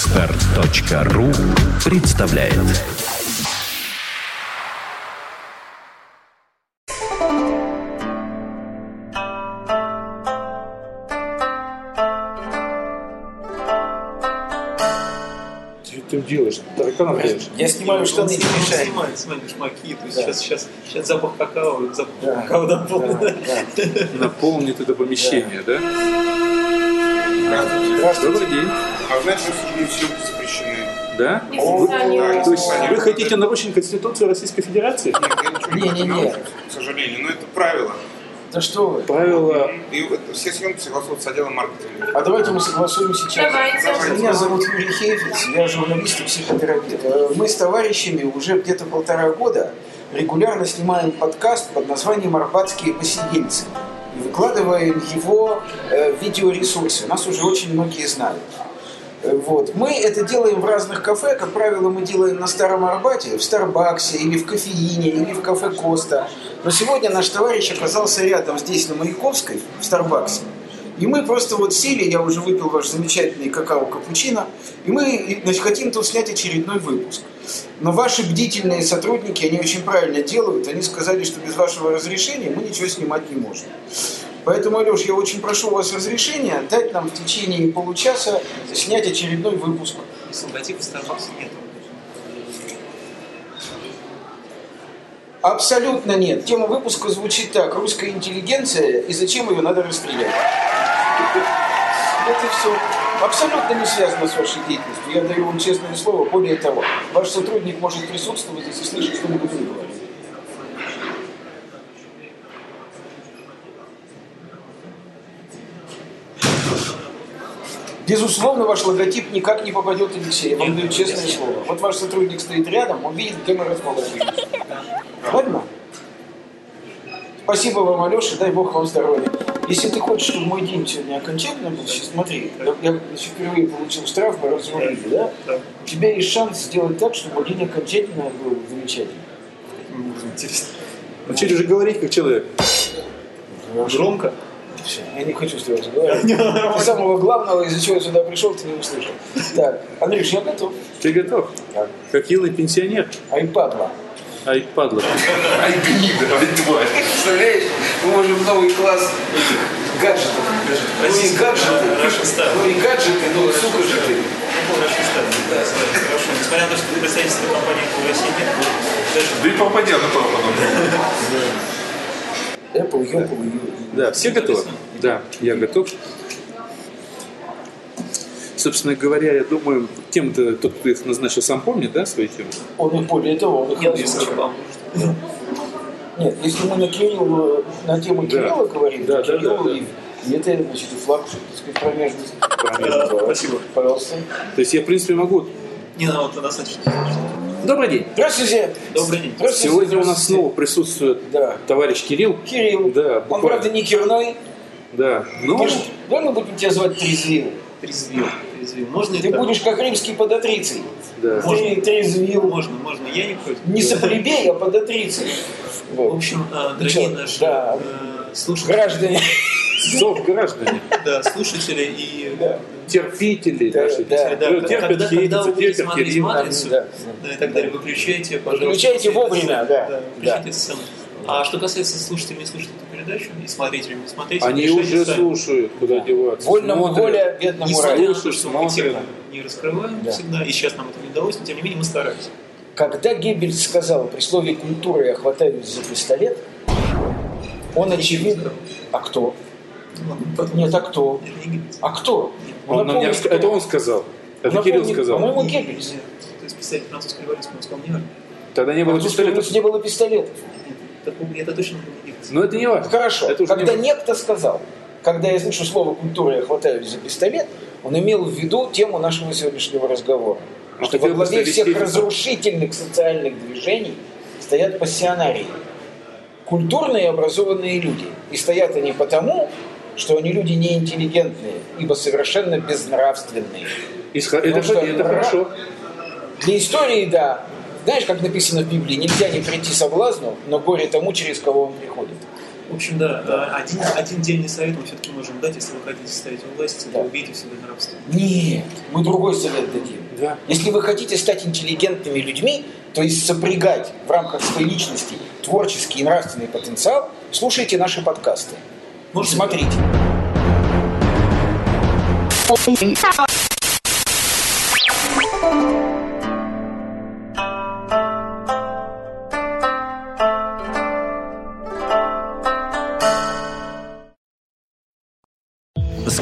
Отстар.ру представляет Ты, ты делаешь, тараканов делаешь. Я снимаю штаны, не мешает. Снимает, снимает шмаки, то есть Да. сейчас, сейчас, сейчас запах какао, запах Да. какао да, Да, да. Наполнит это помещение, да? Добрый день. А вы знаете, что судьи все запрещены? Да? О, да, То есть вы Понятно. хотите нарушить Конституцию Российской Федерации? Нет, я ничего не, Не-не-не. хочу нарушить, к сожалению, но это правило. Да что вы? Правила... И вот все съемки согласуются с отделом маркетинга. А давайте мы согласуем сейчас. Давайте. Меня зовут Юрий Хейфиц, я журналист и психотерапевт. Э, Мы с товарищами уже где-то полтора года регулярно снимаем подкаст под названием «Арбатские посидельцы». И выкладываем его э, в видеоресурсы. Нас уже очень многие знают. Э, Вот. Мы это делаем в разных кафе. Как правило, мы делаем на Старом Арбате, в Старбаксе, или в Кофеине, или в кафе Коста. Но сегодня наш товарищ оказался рядом здесь, на Маяковской, в Старбаксе. И мы просто вот сели, я уже выпил ваш замечательный какао-капучино, и мы значит, хотим тут снять очередной выпуск. Но ваши бдительные сотрудники, они очень правильно делают, они сказали, что без вашего разрешения мы ничего снимать не можем. Поэтому, Алеш, я очень прошу у вас разрешения дать нам в течение получаса снять очередной выпуск. Если логотипа Starbucks нету. Абсолютно нет. Тема выпуска звучит так. Русская интеллигенция и зачем ее надо расстрелять? Вот и все. Абсолютно не связано с вашей деятельностью. Я даю вам честное слово. Более того, ваш сотрудник может присутствовать здесь и слышать, что мы будем говорить. Безусловно, ваш логотип никак не попадет Алексею. Я вам даю честное слово. Вот ваш сотрудник стоит рядом, он видит, где мы разговариваем. Ладно? Спасибо вам, Алеша, дай бог вам здоровья. Если ты хочешь, чтобы мой день сегодня окончательно был, сейчас смотри, я, я, значит, впервые получил штраф, мы разрулили, да? Да. У тебя есть шанс сделать так, чтобы мой день окончательно был замечательный. Каким образом, Интересно. Начали же Ну, говорить как человек. Громко. Всё, я не хочу с тобой разговаривать. Ты Самого главного, из-за чего я сюда пришел, ты не услышал. Так, Андрюш, я готов. Ты готов? Да. Как юный пенсионер. Ай, падла. Ай, падла. Ай, гнида, ай, тварь. Представляешь, мы можем новый класс гаджетов. Ну Российские Russian Star. и гаджеты, ну и сука же ты. Какой Russian Star? Ну, Да, смотри, хорошо. Несмотря на то, что представительства компании в России нет, вот даже Да и попадя на то потом. Apple, Apple, Да, все готовы? Да, я готов. Собственно говоря, я думаю, тем-то тот, кто их назначил, сам помнит, да, свои темы? Он и более того, он их я озвучил. забывал. Нет, если мы э, на Кирилла, на тему Кирилла говорим, Да, то да, Кирилл да, да. и- и это, значит, и флаг, так сказать, промежность. Промежность, Да, спасибо. Пожалуйста. То есть я, в принципе, могу... Не надо, вот достаточно. Добрый день! Здравствуйте. Добрый день. Здравствуйте. Сегодня у нас здравствуйте. снова присутствует Да. товарищ Кирилл. Кирилл. Да, Он, буквально. правда, не Кирной. Да. Ну, Может, давай мы будем тебя звать Трезвил. Трезвил. Трезвил. Можно и Ты так? будешь как римский подотрицей. да. Ты трезвил. Ну, Можно, можно. Я не против. Не соплебей, а подотрицей. В Вот. общем, э, дорогие Ну чё, наши да. э, слушатели, Граждане. Сов, граждане, да, слушатели и Да. терпители Да, наши. да. Да, Ну, когда- терпят когда- когда Хейгенса, вы будете терпят смотреть Кирилла. «Матрицу», Да. да, и так далее, выключайте, пожалуйста. Выключайте все это вовремя, сцену. да, Выключайте да. сцену. А что касается слушателей, не слушать эту передачу, и смотрителей, не смотреть, Они решайте уже сами. слушают, куда деваться. Вольному смотрят. воля, бедному Несмотря раю. на то, что мы смотрят. тему не раскрываем Да. всегда, и сейчас нам это не удалось, но тем не менее мы стараемся. Когда Геббельс сказал при слове «культура» я хватаюсь за пистолет, он очевидно... А кто? Ну, ладно, потом. Нет, а кто? Это не Геббельс. А кто? Он нам не Напомни, рас- кто? Это он сказал. Это Напомни, Кирилл сказал. Ну, По-моему, Геббельс. Нет, То есть представитель французской революции, он сказал, не важно. Тогда не А было тут что, у пистолетов. нас не было пистолетов. Такого- Это точно не был Геббельс. Но это не важно. Хорошо. Это уже не Когда важно. некто сказал, когда я слышу слово «культура», я хватаюсь за пистолет, он имел в виду тему нашего сегодняшнего разговора. А что хотел во бы главе ставить всех Геббельса. разрушительных социальных движений стоят пассионарии. Культурные и образованные люди. И стоят они потому, что они люди неинтеллигентные, ибо совершенно безнравственные. Исход- Это, что, это ура. хорошо. Для истории, да. Знаешь, как написано в Библии, нельзя не прийти соблазну, но горе тому, через кого он приходит. В общем, да, да, один, один дельный совет мы все-таки можем дать, если вы хотите стоять у власти, Да. то убейте в себе нравство. Нет, мы другой совет дадим. Да. Если вы хотите стать интеллигентными людьми, то есть сопрягать в рамках своей личности творческий и нравственный потенциал, слушайте наши подкасты. Ну, Можете- Смотрите.